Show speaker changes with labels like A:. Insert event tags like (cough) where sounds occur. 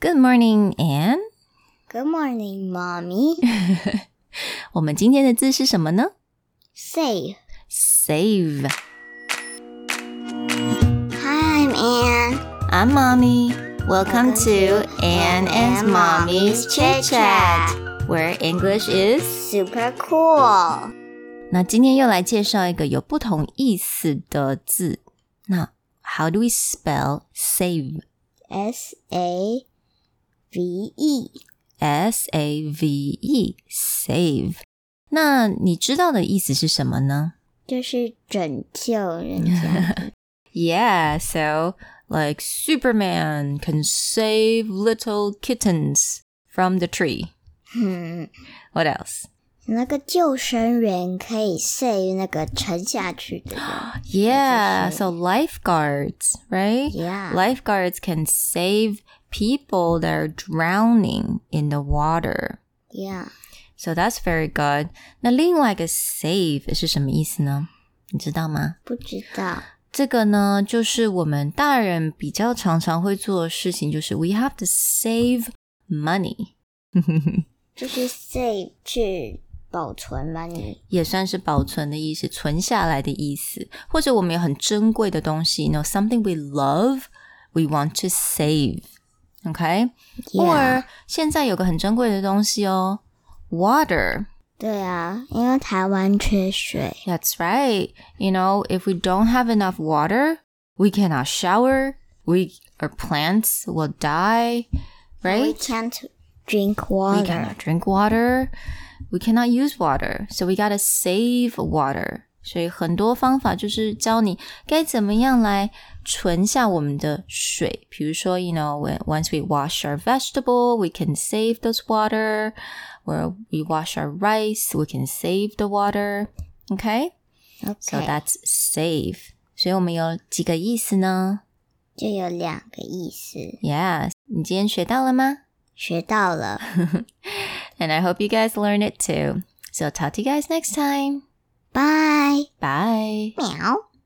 A: Good morning, Anne.
B: Good morning, mommy.
A: 我们今天的字是什么呢
B: Say,
A: ？Save.
B: hi, I'm Anne.
A: I'm Mommy. Welcome to Anne and Mommy's Chit Chat, where English is.
B: Super cool.
A: 那今天又来介绍一个有不同意思的字。那 How do we spell save?
B: S A V E.
A: S A V E. Save. 那你知道的意思是什么呢？
B: 就是拯救人
A: (laughs)
B: 家。
A: Yeah, so like Superman can save little kittens from the tree.
B: 嗯，
A: What else?
B: 那个救生员可以 save 那个沉下去的人。
A: (gasps) Yeah, so lifeguards, right?
B: Yeah.
A: Lifeguards can save people that are drowning in the water.
B: Yeah.
A: So that's very good. 那另外一个 save 是什么意思呢？你知道吗？
B: 不知道。
A: 这个呢，就是我们大人比较常常会做的事情，就是 we have to save money，
B: 就是 save 去保存吧你。
A: 也算是保存的意思，存下来的意思，或者我们有很珍贵的东西，you know something we love, we want to save, OK？或
B: Yeah.
A: 者现在有个很珍贵的东西哦，water。
B: 对啊，因为台湾缺水。
A: That's right. You know, if we don't have enough water, we cannot shower. We our plants will die,
B: We
A: right?
B: can't drink
A: We
B: water.
A: cannot drink water. We cannot use water. So we gotta save water. 所以很多方法就是教你该怎么样来存下我们的水。比如说，you know, when once we wash our vegetable, we can save those water. Or we wash our rice, we can save the water. Okay. So
B: OK，
A: that's save. 所以我们有几个意思呢
B: 就有两个意思，
A: ？Yes，你今天学到了吗
B: 学到了。
A: ？And I hope you guys learn it too. So talk to you guys next time.
B: 拜，
A: Bye.
B: 喵。